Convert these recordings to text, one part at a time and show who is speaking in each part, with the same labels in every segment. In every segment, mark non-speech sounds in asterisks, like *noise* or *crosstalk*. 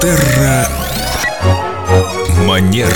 Speaker 1: Терра Манера.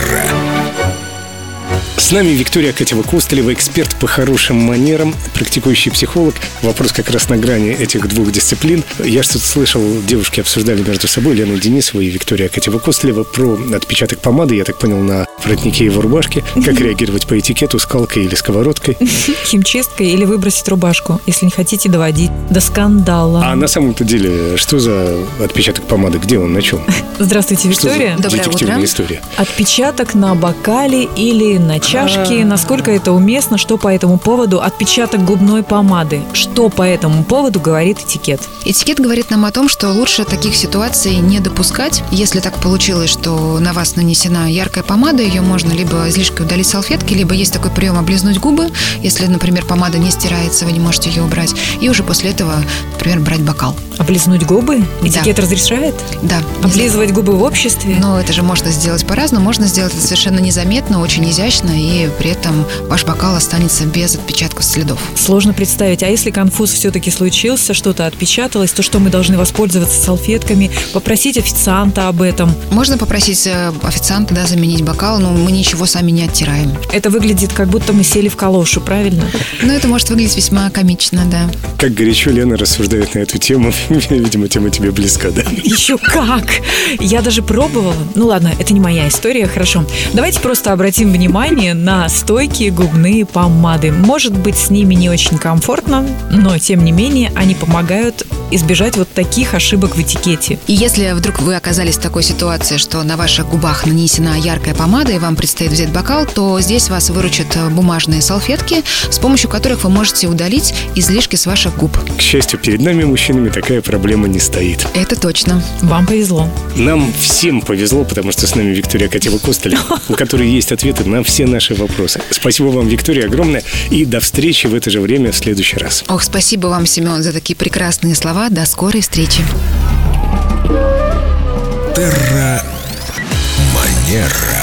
Speaker 2: С нами Виктория Катева-Костолева, эксперт по хорошим манерам, практикующий психолог. Вопрос как раз на грани этих двух дисциплин. Я что-то слышал, девушки обсуждали между собой, Лена Денисова и Виктория Катева-Костолева, про отпечаток помады, я так понял, на воротнике его рубашки. Как реагировать по этикету, скалкой или сковородкой.
Speaker 3: *laughs* Химчисткой или выбросить рубашку, если не хотите доводить до скандала.
Speaker 2: А на самом-то деле, что за отпечаток помады? Где он? На чем?
Speaker 3: Здравствуйте,
Speaker 2: Что за
Speaker 3: Виктория.
Speaker 4: Доброе
Speaker 2: детективная
Speaker 4: утро.
Speaker 2: история?
Speaker 3: Отпечаток на бокале или на
Speaker 2: А.
Speaker 3: чашке, насколько это уместно, что по этому поводу, отпечаток губной помады, что по этому поводу говорит этикет.
Speaker 4: Этикет говорит нам о том, что лучше таких ситуаций не допускать. Если так получилось, что на вас нанесена яркая помада, ее можно либо излишкой удалить с салфетки, либо есть такой прием облизнуть губы. Если, например, помада не стирается, вы не можете ее убрать. И уже после этого, например, брать бокал.
Speaker 3: Облизнуть губы?
Speaker 4: Да.
Speaker 3: Этикет разрешает?
Speaker 4: Да. если-
Speaker 3: Облизывать губы в обществе?
Speaker 4: Но это же можно сделать по-разному. Можно сделать это совершенно незаметно, очень изящно, и при этом ваш бокал останется без отпечатков следов.
Speaker 3: Сложно представить. А если конфуз все-таки случился, что-то отпечаталось, то что мы должны воспользоваться салфетками, попросить официанта об этом?
Speaker 4: Можно попросить э, официанта да, заменить бокал, но мы ничего сами не оттираем.
Speaker 3: Это выглядит, как будто мы сели в калошу, правильно?
Speaker 4: Но Ну, это может выглядеть весьма комично, да.
Speaker 2: Как горячо Лена рассуждает на эту тему. *laughs* Видимо, тема тебе близка, да?
Speaker 3: Еще как! Я даже пробовала. Ну ладно, это не моя история, хорошо. Давайте просто обратим внимание на стойкие губные помады. Может быть, с ними не очень комфортно, но тем не менее они помогают избежать вот таких ошибок в этикете.
Speaker 4: И если вдруг вы оказались в такой ситуации, что на ваших губах нанесена яркая помада и вам предстоит взять бокал, то здесь вас выручат э, бумажные салфетки, с помощью которых вы можете удалить излишки с ваших губ.
Speaker 2: К счастью, перед нами, мужчинами, такая проблема не стоит.
Speaker 4: Это точно.
Speaker 3: Вам повезло.
Speaker 2: Нам всем повезло, потому что с нами Виктория Катева-Костолева, у которой есть ответы на все наши вопросы. Спасибо вам, Виктория, огромное. И до встречи в это же время в следующий раз.
Speaker 4: Ох, спасибо вам, Семен, за такие прекрасные слова. До скорой встречи.
Speaker 1: Манера.